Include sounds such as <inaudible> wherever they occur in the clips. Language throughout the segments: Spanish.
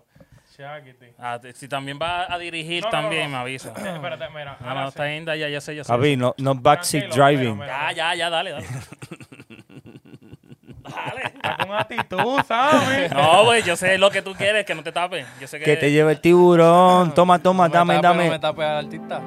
<clears throat> Charity. Ah, t- si también va a dirigir, No, no, también no, no. me avisa. Eh, Espérate, mira. Ah, no, está linda, ya, ya sé, ya sé. Javi, no, no backseat Tranquilo, driving. pero, Ya, ya, <laughs> ya, dale, dale. dale. Está con actitud, ¿sabes? <laughs> No, güey, yo sé lo que tú quieres, que no te tapes. Yo sé que... Que te lleve el tiburón. Toma, toma, No dame, me tape, No dame. me tape al artista.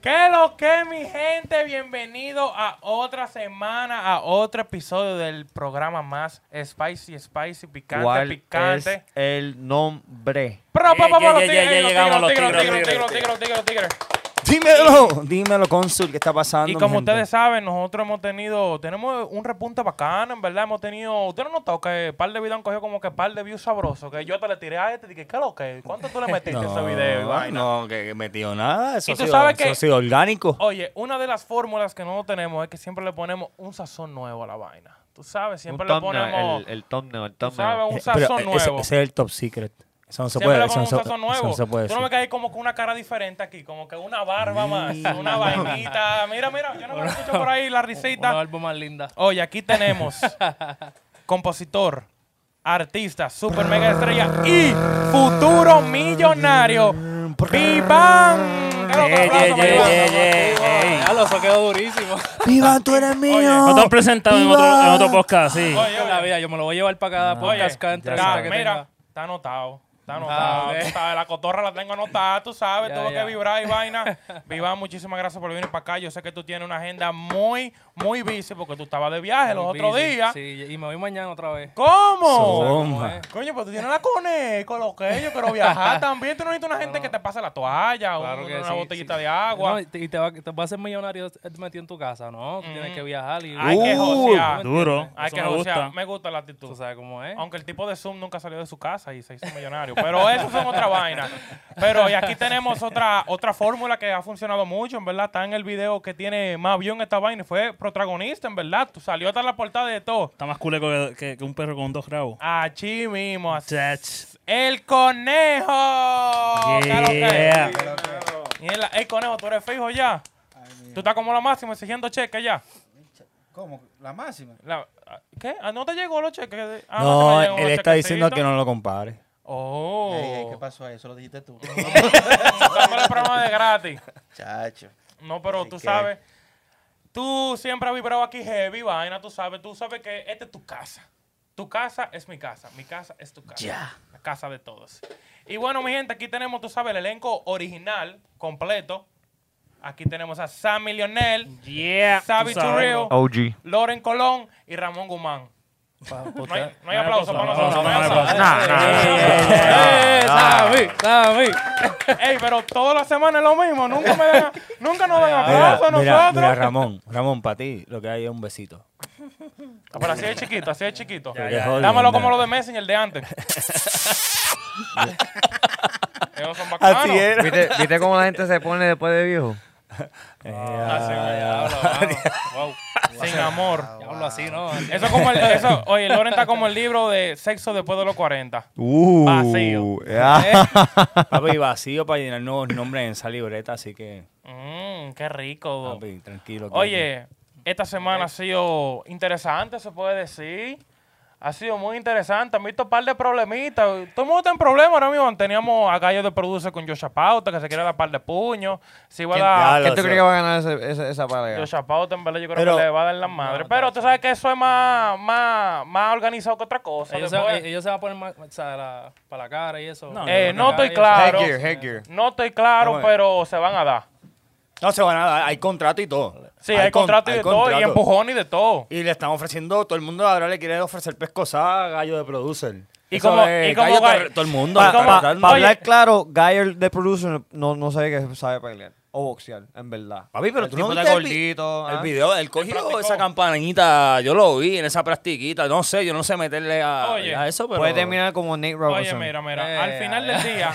¿Qué lo que, mi gente? Bienvenido a otra semana, a otro episodio del programa más spicy, spicy, picante, ¿Cuál picante. Eh, es el nombre? Pero, Yeah, papá, yeah, los yeah, yeah, tigres, los llegamos los tigres, los tigres, tigres, los tigres, los tigres. tigres, los tigres, los tigres. Dímelo, dímelo, cónsul, ¿qué está pasando? Y como gente? ustedes saben, nosotros hemos tenido, tenemos un repunte bacano, en verdad, hemos tenido, ustedes han notado que par de videos han cogido como que par de views sabrosos, que yo te le tiré a este, dije, ¿qué lo que? ¿Cuánto tú le metiste a ese video? y vaina? No, que que metido nada. Eso, Y ha tú sido, sabes eso que- ha sido orgánico. Oye, una de las fórmulas que no tenemos es que siempre le ponemos un sazón nuevo a la vaina. Tú sabes, siempre Un le thumbnail, ponemos El, el thumbnail, el tú thumbnail. sabes, un Eh, pero, sazón eh, ese- nuevo. Ese, es el top secret. Eso no se siempre puede. le Eso no, ponemos se, un sazón eso nuevo. no se puede. Tú no me decir. caes como con una cara diferente aquí, como que una barba más, <laughs> una vainita. Mira, mira, yo no me escucho por ahí la risita. Una álbum más linda. Oye, aquí <laughs> tenemos compositor, artista, super mega estrella y futuro millonario. ¡Vivan! Yeah, yeah, yeah, yeah, yeah, ey. <laughs> Ya lo eso quedó durísimo. ¡Viva, tú eres mío! Nosotros presentamos en otro, en otro podcast, sí. <laughs> Oye, Toda la vida, yo me lo voy a llevar para cada Oye, podcast, cada entrevista ya, que mira, tenga. está anotado. Está anotado. ok. tú sabes, la cotorra la tengo anotada, tú sabes, Ya, tuve ya. que vibrar y <laughs> vaina. Viva, muchísimas gracias por venir para acá. Yo sé que tú tienes una agenda muy, muy busy porque tú estabas de viaje los Muy otros busy. días. Sí, y me voy mañana otra vez. ¿Cómo? Zumba. Coño, pero tú tienes la coneco, lo que yo quiero <laughs> viajar también. Tú no necesitas una gente que te pase la toalla o Claro que una sí, botellita sí. de agua. No, y te, y te va, te vas a ser millonario metido en tu casa, ¿no? Tú Mm. tienes que viajar y... Hay que Uh, josear. Duro. Hay eso que me gusta. josear. Me gusta la Tú actitud. sabes cómo es. Aunque el tipo de Zoom nunca salió de su casa y se hizo millonario. Pero eso son otra vaina. Pero y aquí tenemos otra, otra fórmula que ha funcionado mucho, en verdad. Está en el video que tiene más view en esta vaina. y Fue protagonista, en verdad. Tú salió hasta la portada de todo. Está más culeco que, que- que un perro con dos rabos. Achí mismo. así. Chach. ¡El conejo! ¿Qué es lo que es? Yeah. Miguel, ey, conejo, tú eres fijo ya. Tú estás como la máxima exigiendo cheques ya. ¿Cómo? ¿La máxima? La- ¿Qué? Ah, ¿No te llegó los cheques? Ah, te No, llegaron los él está diciendo chequecitos. que no lo compare. Oh. <laughs> Ey, ey, ¿Qué pasó ahí? Eso lo dijiste tú. Sacamos el programa de gratis. Chacho. No, pero tú que- sabes. Tú siempre has vibrado aquí heavy, vaina, tú sabes. Tú sabes que esta es tu casa. Tu casa es mi casa. Mi casa es tu casa. Ya. La casa de todos. Y bueno, mi gente, aquí tenemos, tú sabes, el elenco original, completo. Aquí tenemos a Sammy Lionel. Yeah. Sabi tú sabes. Turreo, OG. Loren Colón y Ramón Guzmán. Pa- pa- No hay, usted- no hay aplauso para nosotros. aplauso, no No hay hay Pues aplauso. aplauso. Nah, nah. Ah, ¡Eh, Sammy! ¡Sammy! Ey, pero todas las semanas es lo mismo. Nunca, me dan, nunca nos dan Mira, aplauso a mira, nosotros. mira, Ramón, Ramón, para ti lo que hay es un besito. Ah, Pero así es chiquito, así es chiquito. Ya, ya, ya. Dámelo como lo de Messi, el de antes. Ellos son bacanos. Así era. ¿Viste, ¿Viste cómo la gente se pone después <laughs> de viejo? Ah, Eh, Así, ah. Wow. Sin amor. Ya hablo así, ¿no? Eso es como el, eso, oye, Loren está como el libro de sexo después de los 40. Uh, Vacío. ah. ¿Eh? <laughs> Papi, vacío para llenar nuevos nombres en esa libreta, así que, Mmm, qué rico. Ah, papi, tranquilo. que- Oye, esta semana ha sido interesante, se puede decir. Ha sido muy interesante. Han visto un par de problemitas. Todo el mundo está en problemas ahora mismo. Teníamos a Gallo de Produce con Joshua Pauta, que se quiere dar par de puños. Si va a Ya dar. lo ¿Quién tú sé. crees que va a ganar ese- ese- esa pareja? Joshua Pauta, en verdad, yo creo Pero- que le va a dar la madre. Pero tú sabes que eso es más, más, más organizado que otra cosa. Ellos se, Después- ellos se van a poner más, o sea, la- para la cara y eso. No, Eh, no estoy Para la cara y eso. claro. Headgear, headgear. no estoy claro, Vamos a ver. pero se van a dar. No se van a dar, hay contrato y todo. Sí, hay, con- contrato y hay de todo, y contrato. empujón y de todo. Y le están ofreciendo, todo el mundo ahora le quiere ofrecer pescosa a Gallo de Producer. Y Eso como- es, y como Gallo, Gallo- todo- todo el mundo. y le está como- tratando. Para Oye. hablar claro, Geyer de producer no, no sabe que sabe pelear o boxear, en verdad. Papi, pero El tú no tipo viste está el vi- gordito, El ah. video, él cogió esa campanita, yo lo vi en esa plastiquita, no sé, yo no sé meterle a, Oye, a eso, pero... Puede terminar como Nate Oye, Robinson. mira, mira, Eh, al final del <laughs> día,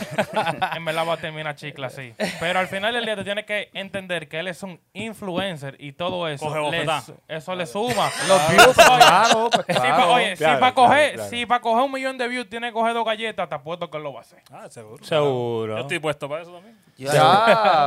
en verdad va a terminar chicla, sí. Pero al final del día tú tienes que entender que él es un influencer y todo eso, Coge le bofetá. su- eso le suma. Los views, Oye, claro, pues si claro. pa- oye, si claro, para claro, coger, claro. si pa' coger un millón de views tiene que coger dos galletas, te apuesto que él lo va a hacer. Pues, Ah, seguro. Seguro. Yo estoy puesto para eso también.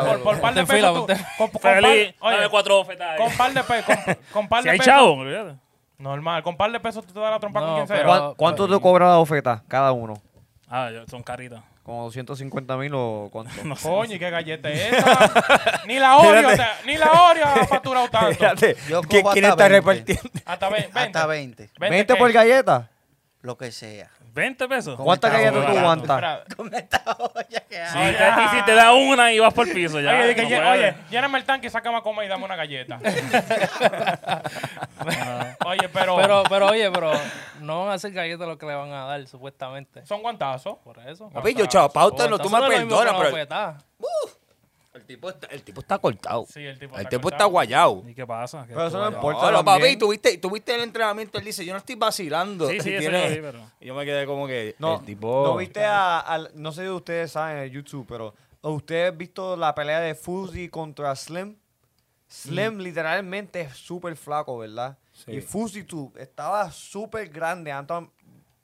Por, por par de Ponte en fila, pesos. tú- ponte en con, con par, Feliz, dame oye, cuatro bofetadas. con par de pesos. Con, con par Si de hay pesos. chavo, olvídate. Normal, con par de pesos tú te das la trompa No, con quien sea. pero- ¿Cuán- ¿Cuánto te cobra la oferta cada uno? Ah, yo- son caritas. ¿Como 250 mil o cuánto? No sé. Coño, ¿y qué galleta es <laughs> esa? ni la Oreo, o sea, ni la Oreo ha facturado tanto. ¿Qué- Yo cojo ¿Quién hasta 20. está repartiendo? Hasta ve- 20. Hasta 20. 20 qué? por galleta. lo que sea. 20 pesos. ¿Cuánto? ¿Cuántas está galletas tú barato. aguantas? Espera. Con esta olla que Sí, hay. Ay, casi ya. si te da una y vas por el piso ya. Oye, de que No lle- puedes. oye, lléname el tanque y sácame a coma y dame una <laughs> galleta. oye, pero, Pero, pero oye, pero no van a hacer galletas lo que le van a dar, supuestamente. son guantazos. Por eso. Papi, yo, chao, pauta, no, Guantazo tú me no es lo mismo que perdonas, una pero bofetada. el tipo está, el tipo está cortado. Sí, el tipo El está tipo está cortado. guayado. ¿Y qué pasa? ¿Qué Pero eso no tú- importa. Hola, papi, también. tuviste, tuviste el entrenamiento. Él dice, yo no estoy vacilando. Sí, sí, Y eso tiene- yo vi, pero- y Yo me quedé como que. No, el tipo. no viste a, al- No sé si ustedes saben en YouTube, pero ¿ustedes han visto la pelea de Fuzzy contra Slim? Slim literalmente es súper flaco, ¿verdad? Y Fuzzy, tú, estaba súper grande. Anton,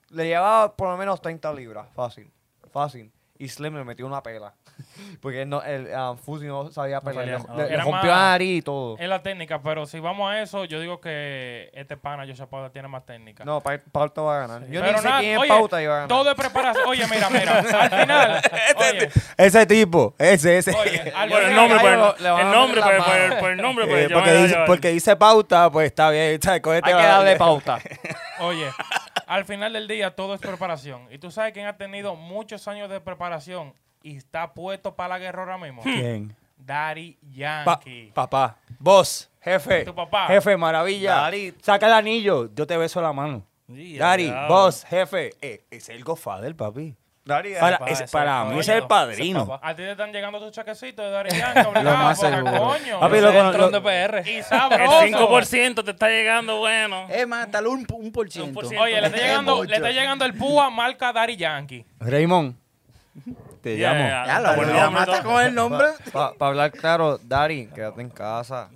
le llevaba por lo menos 30 libras, fácil, fácil. Y Slim le metió una pela. <laughs> Porque él no, el, um, Fuzzy no sabía pelear. sabía, le, no. le Era rompió más- la nariz y todo. Es la técnica, pero si vamos a eso, yo digo que este pana, Joseph Pauta, tiene más técnica. No, Pa- Pauta va a ganar. Yo Pero ni sé nada, quién es oye, Pauta y va a ganar. Todo es preparación. Oye, mira, mira. Al final. oye, Ese tipo, ese, ese. oye, al Por el final- nombre, Ay, por el, lo- le van a el nombre, por, meter la por- mano. por el nombre, <laughs> Eh, pues yo me <laughs> porque, voy a dice, llevar. porque dice pauta, pues está bien. <laughs> ¿sabes? Cógete Hay que la- darle pauta. Oye, al final del día todo es preparación. Y tú sabes quién ha tenido muchos años de preparación y está puesto para la guerra ahora mismo. Bien. Daddy Pa- Yankee. papá, vos, jefe. Tu papá. Jefe, maravilla. Dari. Saca el anillo, yo te beso la mano. Sí, Dari, ya, vos, jefe. Eh, es el godfather, papi. Daría. Para, papá, es- ese para es el mí ese es el papá, padrino. a ti te están llegando tus chaquecitos de Daddy Yankee, obligado, más porque, seguro. coño. Papi, Ese lo- es el lo- tron de lo- PR. Y El sabroso. 5% te está llegando, bueno. <laughs> Es más, tal un, un por Un ciento. por ciento. Oye, le está, llegando, Mucho. le está llegando el púa marca Daddy Yankee. Raymond, te Ya, llamo. ya, Ya por lo, el lo nombre, mata todo. con el nombre. Para hablar claro, Dari, quédate en casa.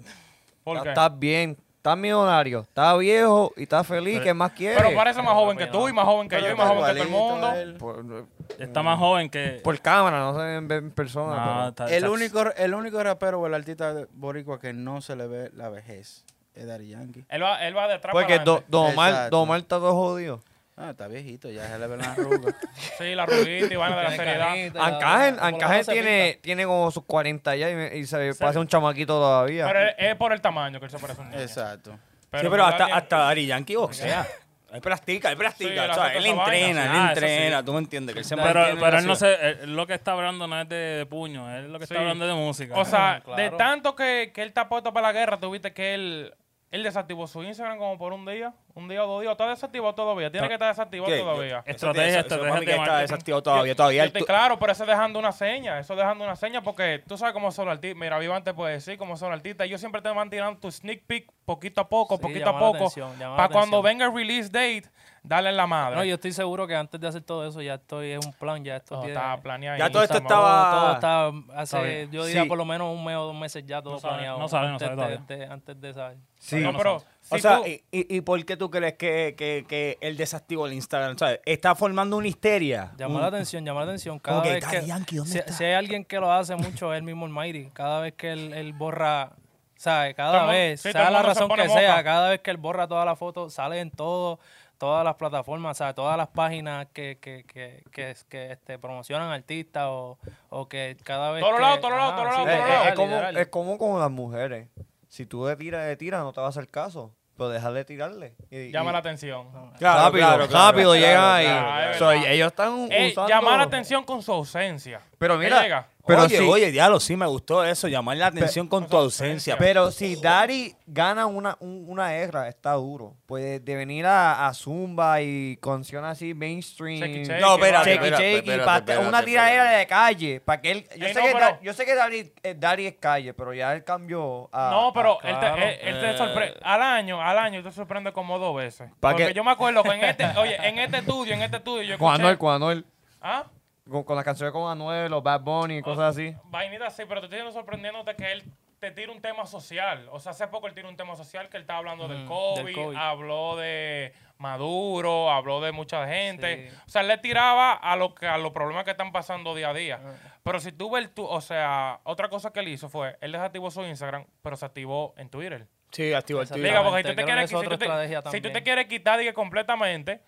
¿Por Ta- qué? Estás bien, estás millonario, estás viejo y estás feliz. ¿Qué más quieres? Pero parece más joven que tú y más joven que yo y más joven que todo el mundo. eh. por, Está más joven que. por cámara, no se ven en persona. No, Ah, pero- está- El está- único, el único rapero o el artista de- boricua que no se le ve la vejez es Daddy Yankee. Él va, él va de atrás Porque para Do- adelante. Don Omar, Exacto. Don Omar está todo jodido. Ah, está viejito, ya se le ven las arrugas. Sí, la ruguita y vaina de la Tiene seriedad. canita, Ancajen, como la Ancajen cosa tiene, tiene como sus 40 ya y, me- y se parece un chamaquito todavía. Eh, Pero es- es por el tamaño que él se parece a un niño. Exacto. sí, pero en hasta, verdad hasta Dari Yankee boxea. Él practica, él Sí, practica. él o sea, hace él toda esa entrena, vaina. él Ah, eso entrena. Tú me entiendes que él se Pero, mantiene en pero la él no ciudad. sé, él- lo que está hablando no es de puño, él lo que Sí. está hablando es de música. O sea, de Claro. tanto que, que él está puesto para la guerra, tuviste que él, él desactivó su Instagram como por un día, un día o dos días. Está desactivado todavía, Ah, tiene que estar desactivado ¿Qué? todavía. Eso- Estrategia, eso- estrategia Eso, para mí que de está marketing. desactivado todavía. Yo Todavía él estoy tu- claro, pero eso es dejando una seña, eso es dejando una seña porque tú sabes cómo son los artistas. Mira, Vivante puede decir cómo son los artistas. Ellos siempre te van tirando tu sneak peek poquito a poco, Sí, poquito a llama la poco. atención, llama la Para cuando atención. venga el release date, darle la madre. No, yo estoy seguro que antes de hacer todo eso ya estoy es un plan, ya esto Todo tiene- estaba planeado. Ya ahí, todo esto estamos- estaba- Todo, todo está hace, yo diría Sí. por lo menos un mes o dos meses ya todo No sabe- planeado. no sabe, no antes, sabe de, de- antes de saber. Sí. No, pero O si sea, tú- y, y- y por qué tú crees que, que, que él desactivó el Instagram? ¿Sabes? Está formando una histeria. Llama Un- la atención, llama la atención. Cada que, vez que, "Daddy Yankee, ¿dónde si, está?" si hay alguien que lo hace mucho, es el mismo el Mighty. Cada vez que él, él borra, ¿sabes? Todo Cada el mundo- vez, sí, todo sea el la mundo se razón pone que moca. sea, cada vez que él borra todas las fotos, sale en todo, todas las plataformas, ¿sabes? Todas las páginas que, que, que, que, que, este, promocionan artistas o, o que cada vez. Todos que- lados, todos lados, Ajá, todos sí, lados, Eh, todos eh, lados. es, como, literal. es como con las mujeres. Si tú le tiras, le tiras, no te va a hacer caso. Pero déjale tirarle. Y, y- Llama la atención. Claro, rápido, claro, claro, rápido claro, llegan ahí. claro, claro, es So, verdad. ellos están Ey, usando... Eh, llamar la atención con su ausencia. Pero Él mira, llega. pero oye, si, oye, diablo, sí me gustó eso, llamar la atención con tu ausencia. pero si Dari gana una, un- una guerra, está duro. Pues de venir a, a Zumba y canciones así mainstream. Shakey, Shakey, shakey, No, espérate, shakey, vaina. espérate, y espérate, pa- espérate, una tiradera espérate. de calle. Para que él, yo, Ey, sé Eh, no, que pero- Da- yo sé que Dari, eh, Dari es calle, pero ya él cambió a... No, pero ah, él claro. te, él- él te sorprende. Al año, al año, él te sorprende como dos veces. ¿Pa' Porque qué? yo me acuerdo que en este, oye, en este estudio, en este estudio, yo escuché... Con Anuel, con Anuel. ¿Ah? Con, con las canciones con Anuel, los Bad Bunny, cosas así. Vainita, sí, pero te estoy sorprendiéndote que él te tira un tema social. O sea, hace poco él tira un tema social que él estaba hablando del, Mm, COVID, del COVID. habló de Maduro, habló de mucha gente. Sí. Ah. O sea, él le tiraba a, lo que, a los problemas que están pasando día a día. Pero si tú ves tú, o sea, otra cosa que él hizo fue, él desactivó su Instagram, pero se activó en Twitter. Sí, activo el Twitter. Diga, porque si tú Creo te que quieres, es si tú otra te- estrategia si tú también. te quieres quitar diga, completamente,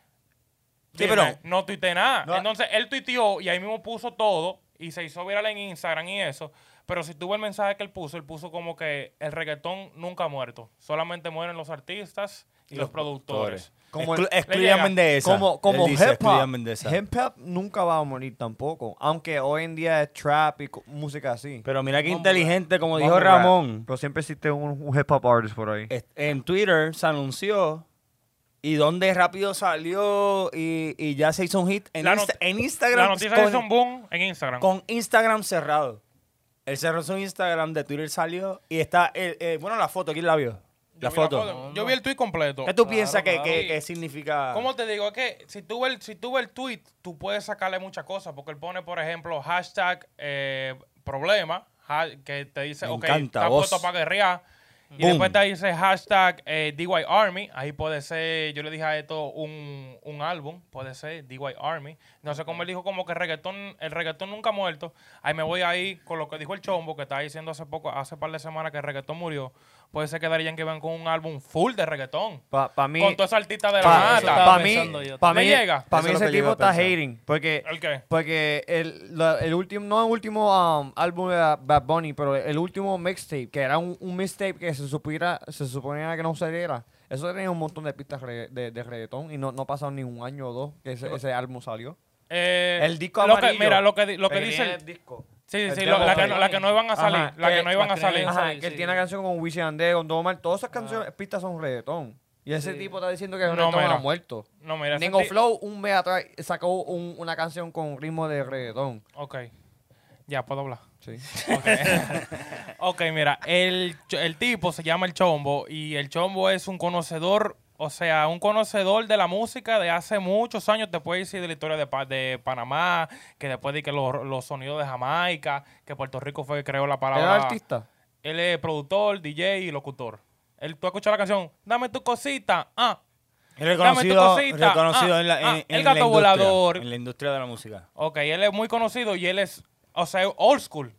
Sí, dime, pero- no tuite nada. No. Entonces él tuiteó y ahí mismo puso todo y se hizo viral en Instagram y eso. Pero si tuve el mensaje que él puso, él puso como que el reggaetón nunca ha muerto. Solamente mueren los artistas y los, productores. Como Exclu- el- llega. excluyan de esa. Como, como Él dice, hip hop. excluyan de esa. Hip hop nunca va a morir tampoco. Aunque hoy en día es trap y co- música así. Pero mira qué inteligente, como dijo Mumble rap. Ramón. Pero siempre existe un, un hip hop artist por ahí. est- en Twitter se anunció y donde rápido salió y, y ya se hizo un hit en, La Insta- not- en La Instagram noticia con, hizo un boom en Instagram. con Instagram cerrado. Él cerró su Instagram, de Twitter salió y está, el- eh, bueno, la foto, ¿quién la vio? Yo La vi foto. Yo vi el tweet completo. ¿Qué tú piensas que, claro. que- que significa? ¿Cómo te digo? Es que si tú ves, si tú ves el tweet, tú puedes sacarle muchas cosas. Porque él pone, por ejemplo, hashtag eh, problema, ha- que te dice, Me ok, encanta, está vos. puesto para guerrear. Y Boom. después te dice hashtag eh, DY Army. Ahí puede ser, yo le dije a esto un, un álbum, puede ser DY Army. No sé cómo él dijo como que reggaetón, el reggaetón nunca ha muerto. Ahí me voy ahí con lo que dijo el chombo, que está diciendo hace poco, hace par de semanas que el reggaetón murió. Puede ser que Darían que van con un álbum full de reggaetón. Para mí, con toda esa artista de la pa- para mata. estaba mí, pensando yo. pa' ¿Le mí, llega? pa' Eso mí es lo ese que yo iba tipo a está pensar. hating. Porque ¿El qué? Porque el, la- el último, no el último um, álbum de Bad Bunny, pero el último mixtape, que era un, un mixtape que se supiera, se suponía que no saliera. Eso tenía un montón de pistas re- de, de reggaetón y no, no pasaron ni un año o dos que ese, ese álbum salió. Eh, El disco lo que, amarillo. Mira, lo que, di- lo que Pero dice... tiene el- el disco. Sí, el sí, demo lo- la, que de- no, la que no iban a Ajá, salir. la que que- no iban a las que no salir. iban a Ajá, Sí, que él sí. tiene una canción con Wisin Andel, con Don Omar. Todas esas canciones, pistas son reggaetón. Y ese tipo está diciendo que el No, reggaetón mira. ha muerto. No, mira. ese Nengo ti- Flow un mes atrás sacó un- una canción con ritmo de reggaetón. Ok. Ya, puedo hablar. Sí. Ok, mira, el, ch- el tipo se llama El Chombo y El Chombo es un conocedor, o sea, un conocedor de la música de hace muchos años, te puede decir de la historia de, Pa- de Panamá, que después de que los, los sonidos de Jamaica, que Puerto Rico fue que creó la palabra... Era artista. Él es productor, DJ y locutor. Él, tú has escuchado la canción, dame tu cosita, ah. Dame Reconocido, tu cosita. reconocido Ah, en, la, en- ah, en el la gato industria, volador. En la industria de la música. Ok, él es muy conocido y él es, o sea, es old school.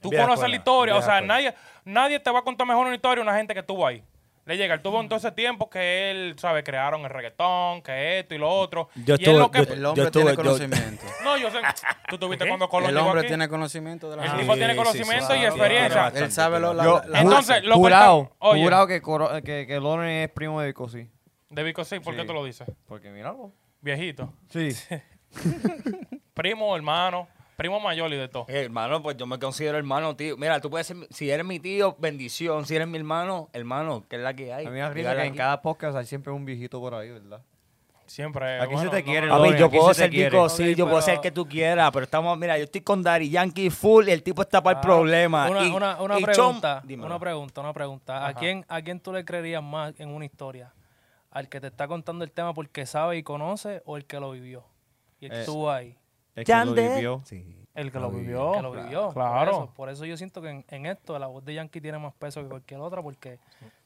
Tú Vieja conoces la escuela, historia, o vieja sea, escuela. nadie, nadie te va a contar mejor una historia a una gente que estuvo ahí. Le llega, él tuvo entonces tiempo que él, ¿sabes? Crearon el reggaetón, que esto y lo otro. Yo y él estuve- lo que- yo- El hombre estuve- tiene conocimiento. No, yo sé. Tú tuviste cuando Colón El llegó hombre aquí. tiene conocimiento de la El música. tipo tiene conocimiento y experiencia. Él sabe lo, la, Yo- la- Entonces, Ju- lo jurado, perta- oye. jurado que, Coro- que, que Loren es primo de Cosí. De Vico, sí, ¿por qué Sí. tú lo dices? Porque míralo. Viejito. <laughs> Sí. Primo, hermano, primo mayor y de todo. Eh, Hermano, pues yo me considero hermano, tío. Mira, tú puedes ser, mi- si eres mi tío, bendición. Si eres mi hermano, hermano, que es la que hay. A mí me da risa Dígale que en aquí. cada podcast hay siempre un viejito por ahí, ¿verdad? Siempre. Aquí bueno, se te no- quiere, no- A ver, yo Aquí puedo se te ser quiere. Vico, sí, Ok, yo puedo ser pero- el que tú quieras, pero estamos, mira, yo estoy con Daddy Yankee full y el tipo está para el problema. Ah, Una, Y- una, una y Chom- pregunta, Dímelo. una pregunta, una pregunta. ¿A quién, ¿A quién tú le creerías más en una historia? ¿Al que te está contando el tema porque sabe y conoce o el que lo vivió? Y el que Eh, estuvo ahí. Es Yandel. El que lo vivió. que lo vivió. Claro. Por eso, por eso yo siento que en, en esto la voz de Yankee tiene más peso que cualquier otra porque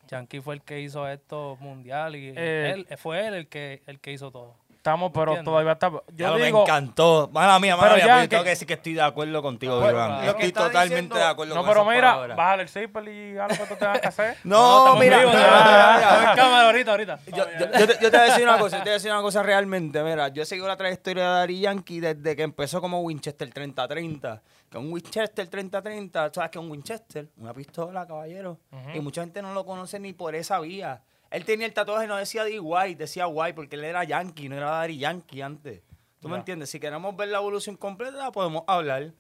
Yankee fue el que hizo esto mundial y Eh, él, fue él el que, el que hizo todo. Estamos, pero ¿Entiendes? todavía está. Yo Ya lo me digo, encantó. Mala mía, mala Pero ya mía, pero yo que- tengo que decir que estoy de acuerdo contigo, Bueno, Iván. claro. Lo que Estoy está totalmente diciendo- de acuerdo No, con pero esas mira, palabras. bájale el zipper y haz lo que tú tengas que hacer. No, estamos mira, vivos, mira, ya. mira, mira. en cámara ahorita, ahorita. Yo, yo- yo te, yo te voy a decir una cosa, yo te voy a decir una cosa realmente, mira, yo he seguido la trayectoria de Dari Yankee desde que empezó como Winchester 3030, que un Winchester 3030, sabes que un Winchester, una pistola, caballero, y mucha gente no lo conoce ni por esa vía. Él tenía el tatuaje y no decía de guay, decía guay porque él era Yankee, no era Dari Yankee antes. ¿Tú me entiendes? Si queremos ver la evolución completa, la podemos hablar.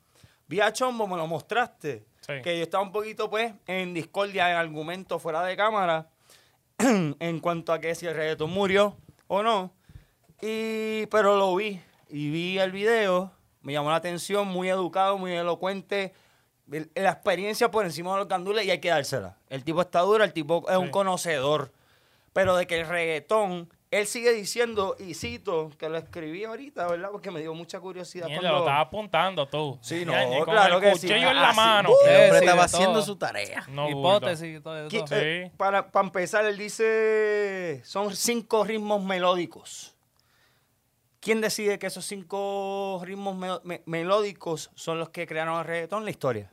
Vi a Chombo, me lo mostraste, Sí. que yo estaba un poquito pues en discordia, en argumento fuera de cámara <clears throat> en cuanto a que si el reggaetón murió o no. Y, pero lo vi y vi el video, me llamó la atención, muy educado, muy elocuente. El- La experiencia por encima de los candules y hay que dársela. El tipo está duro, el tipo es un conocedor. Pero de que el reggaetón, él sigue diciendo, y cito, que lo escribí ahorita, ¿verdad? Porque me dio mucha curiosidad. Mierda, cuando- lo estaba apuntando tú. Sí, no, Ñañe, con claro el que sí. cuchillo en la Ah, sí. mano. Uh, el hombre Sí, estaba de haciendo todo. su tarea. No, Hipótesis y todo Qui- eso. eh, Sí. para, para empezar, él dice, son cinco ritmos melódicos. ¿Quién decide que esos cinco ritmos melo- me- melódicos son los que crearon el reggaetón? La historia.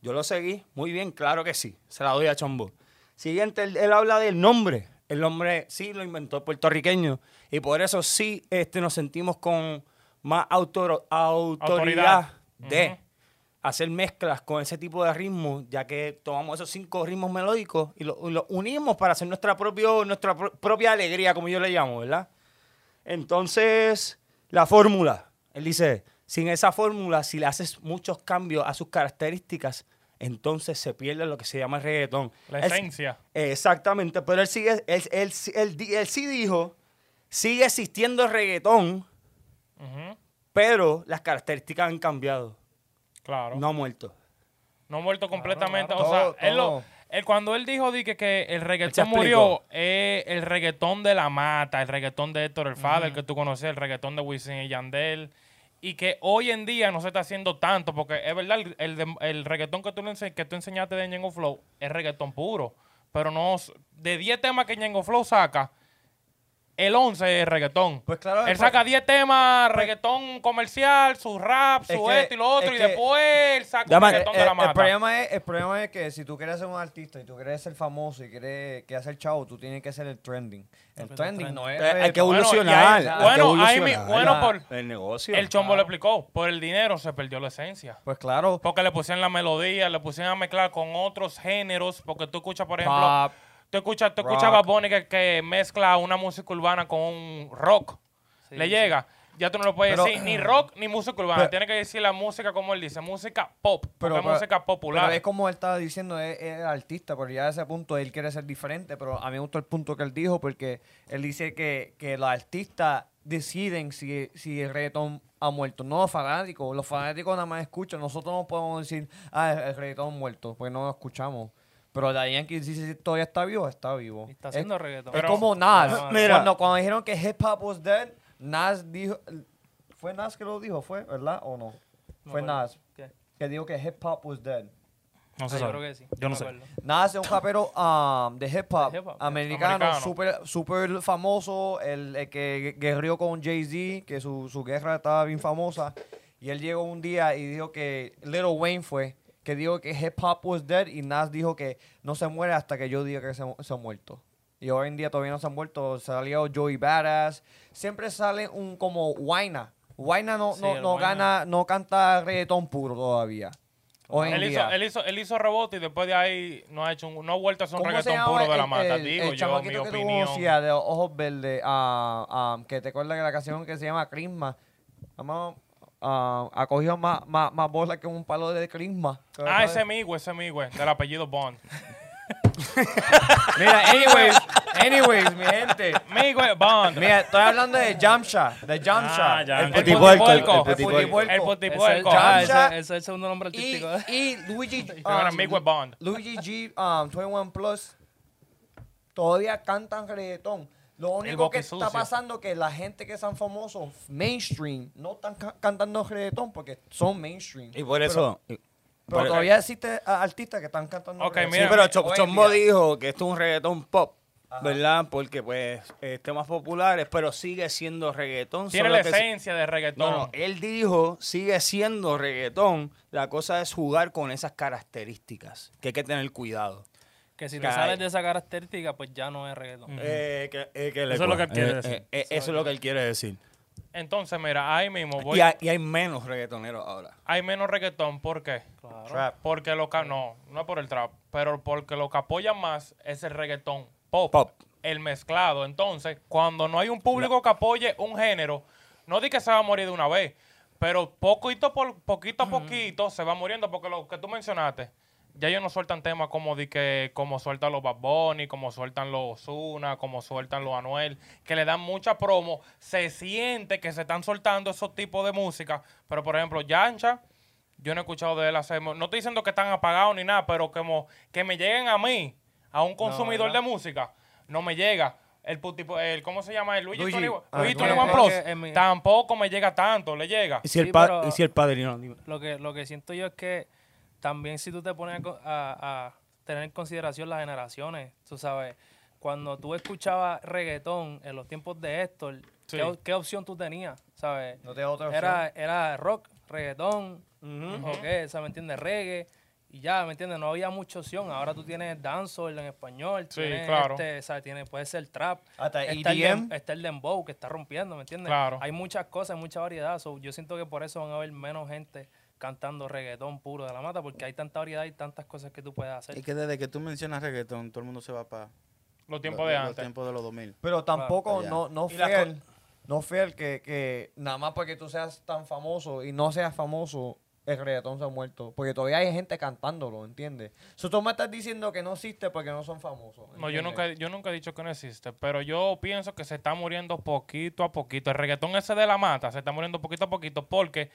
Yo lo seguí, muy bien, claro que sí. Se la doy a Chombo. Siguiente, él, él habla del nombre. El nombre sí lo inventó el puertorriqueño. Y por eso sí este, nos sentimos con más autor- autoridad, Autoridad. de hacer mezclas con ese tipo de ritmos, ya que tomamos esos cinco ritmos melódicos y lo- y los unimos para hacer nuestra, propio, nuestra pro- propia alegría, como yo le llamo, ¿verdad? Entonces, la fórmula. Él dice, sin esa fórmula, si le haces muchos cambios a sus características, entonces se pierde lo que se llama reggaetón. La Él- esencia. exactamente, pero él sigue, él, él- él di- él sí dijo, sigue existiendo el reggaetón, Ujú, pero las características han cambiado, Claro. no ha muerto. No ha muerto completamente. claro. O sea, Todo, él lo- todo. él cuando él dijo di que, que el se reggaetón explicó. murió, es el reggaetón de la mata, el reggaetón de Héctor El Fader, el que tú conoces, el reggaetón de Wisin y Yandel. Y que hoy en día no se está haciendo tanto, porque es verdad, el, el de- el reggaetón que tú, le ense- que tú enseñaste de Ñengo Flow es reggaetón puro. Pero no, s- de 10 temas que Ñengo Flow saca, el 11 es reggaetón. Pues claro, Él pues- saca 10 temas, reggaetón comercial, su rap, su Es que- esto y lo otro, es y que- después él saca Ya, un man, reggaetón Eh, de la el, mata. problema es, el problema es que si tú quieres ser un artista y tú quieres ser famoso y quieres, quieres ser chavo, tú tienes que ser el trending. El Pues trending no es. Eh, hay que reggaetón. Bueno, evolucionar. ya- hay que bueno, ahí mi- evolucionar. bueno, La- por- el negocio. El chombo le explicó, por el dinero se perdió la esencia. Pues claro. Porque le pusieron la melodía, le pusieron a mezclar con otros géneros, porque tú escuchas, por ejemplo, Pop, tú escuchas, tú escuchas rock. Bad Bunny que, que mezcla una música urbana con un rock. le llega. Ya tú no lo puedes Pero- decir ni rock ni música urbana. Pero- Tienes que decir la música como él dice, música pop, pero, porque es pero- música popular. pero es como él estaba diciendo, es, es artista, pero ya a ese punto él quiere ser diferente. Pero a mí me gustó el punto que él dijo, porque él dice que, que los artistas deciden si, si el reggaetón ha muerto. No los fanáticos, los fanáticos nada más escuchan. Nosotros no podemos decir, ah, el, el reggaetón muerto, porque no lo escuchamos. Pero la Yankee dice si todavía está vivo, está vivo. Y está Es- haciendo reggaetón. Es Pero- como Nas. Ah, mira. Cuando, cuando dijeron que hip hop was dead, Nas dijo. ¿Fue Nas que lo dijo? ¿Fue, verdad? ¿O no? Fue acuerdo. Nas. ¿Qué? Que dijo que hip hop was dead. No Ah, se yo sabe. creo que sí. Yo no me sé. acuerdo. Nas es un rapero um, de hip hop, De hip hop, yeah. americano, Americano. súper super famoso, el, el que guerrió con Jay-Z, que su, su guerra estaba bien famosa. Y él llegó un día y dijo que Little Wayne fue, que dijo que hip hop was dead y Nas dijo que no se muere hasta que yo diga que se, mu- se ha muerto. Y hoy en día todavía no se han muerto. Salió Joey Badass. Siempre sale un como Waina. Waina no, Sí, no, el no Wayna. gana, no canta reggaetón puro todavía. Hoy en él, día. hizo, él, hizo, él hizo rebote y después de ahí no ha hecho un- no ha vuelto a hacer un ¿Cómo se reggaetón llama puro de el- la mata. el- Digo el yo, chamaquito mi que tú opinión. conocías de ojos verdes, ah, ah, que te acuerdas que la canción que se llama Crisma, mamá, ah, ha cogido más, más, más bola que un palo de Crisma. Ah, ese amigo, ese amigo, del apellido Bond. Mira, anyways, anyways, mi gente. Amigo Bond. Mira, estoy hablando de Jamsha, de Jamsha. Ah, Jamsha. El El putipuerco, putipuerco. El putipuerco. El Ese potipo es del el- cojo. ah, ese- Chancha. ese es el segundo nombre Y, artístico. y <laughs> Luigi, Pero era ah, amigo de Bond. Luigi G, um, 21 Plus, todavía cantan reggaetón. Lo único que boqui está sucio. pasando que la gente que son famosos, mainstream, no están ca- cantando reggaetón porque son mainstream. Y por eso. y- Pero por- todavía existe ah, artistas que están cantando Ok, reggaetón. sí, mira, pero mira, Cho- hoy en Chombo día. dijo que esto es un reggaetón pop, ¿verdad? Porque, pues, eh, temas populares, pero sigue siendo reggaetón. Tiene solo la que se- esencia de reggaetón. No, no, eh. él dijo, sigue siendo reggaetón. La cosa es jugar con esas características, que hay que tener cuidado. <laughs> Que si te Caray. sales de esa característica, pues ya no es reggaetón. Eh, que- eh, que le Eso es lo cua- que él quiere eh, decir. eh, eh, eso es lo que él quiere decir. Entonces, mira, ahí mismo voy. Y hay, y hay menos reggaetoneros ahora. Hay menos reggaetón, ¿por qué? Trap. Porque lo que no, no es por el trap, pero porque lo que apoyan más es el reggaetón pop, Pop. el mezclado. Entonces, cuando no hay un público que apoye un género, no di que se va a morir de una vez, pero poquito por poquito a poquito se va muriendo porque lo que tú mencionaste, ya ellos no sueltan temas como di que como sueltan los Bad Bunny, como sueltan los Ozuna, como sueltan los Anuel, que le dan mucha promo, se siente que se están soltando esos tipos de música, pero por ejemplo, Yancha yo no he escuchado de él hacer. No estoy diciendo que están apagados ni nada, pero como que me lleguen a mí, a un consumidor de música, no me llega. El, pu- tipo, el ¿Cómo se llama? El Luigi, Luigi. 21 Ah, Luigi Luigi. 21 Es Plus. que en mi- Tampoco me llega tanto, le llega. Y si el, Sí, pa- pero- y si el padrino. dime. Lo que, lo que siento yo es que también si tú te pones a co- a, a tener en consideración las generaciones, tú sabes, cuando tú escuchabas reggaetón en los tiempos de Héctor, Sí. ¿Qué, o- qué opción tú tenías? ¿Sabes? No te da otra opción. Era, era rock, reggaetón, o qué, o sea, ¿me entiendes? Reggae. Y ya, ¿me entiendes? No había mucha opción. Ahora tú tienes dancehall en español. Sí, tienes claro. este, o sea, tienes- puede ser trap. Hasta está, el EDM. dem- está el dembow que está rompiendo, ¿me entiendes? Claro. Hay muchas cosas, hay mucha variedad. so, yo siento que por eso van a haber menos gente cantando reggaetón puro de la mata porque hay tanta variedad y tantas cosas que tú puedes hacer. Es que desde que tú mencionas reggaetón, todo el mundo se va para Los tiempos de Los antes. tiempos de los 2000. Ah, Pero tampoco, Allá. no, no Y las fiel, no fiel que, que nada más porque tú seas tan famoso y no seas famoso, el reggaetón se ha muerto. Porque todavía hay gente cantándolo, ¿entiendes? So, tú me estás diciendo que no existe porque no son famosos. No, yo ¿entiendes? nunca, yo nunca he dicho que no existe, pero yo pienso que se está muriendo poquito a poquito. El reggaetón ese de la mata se está muriendo poquito a poquito porque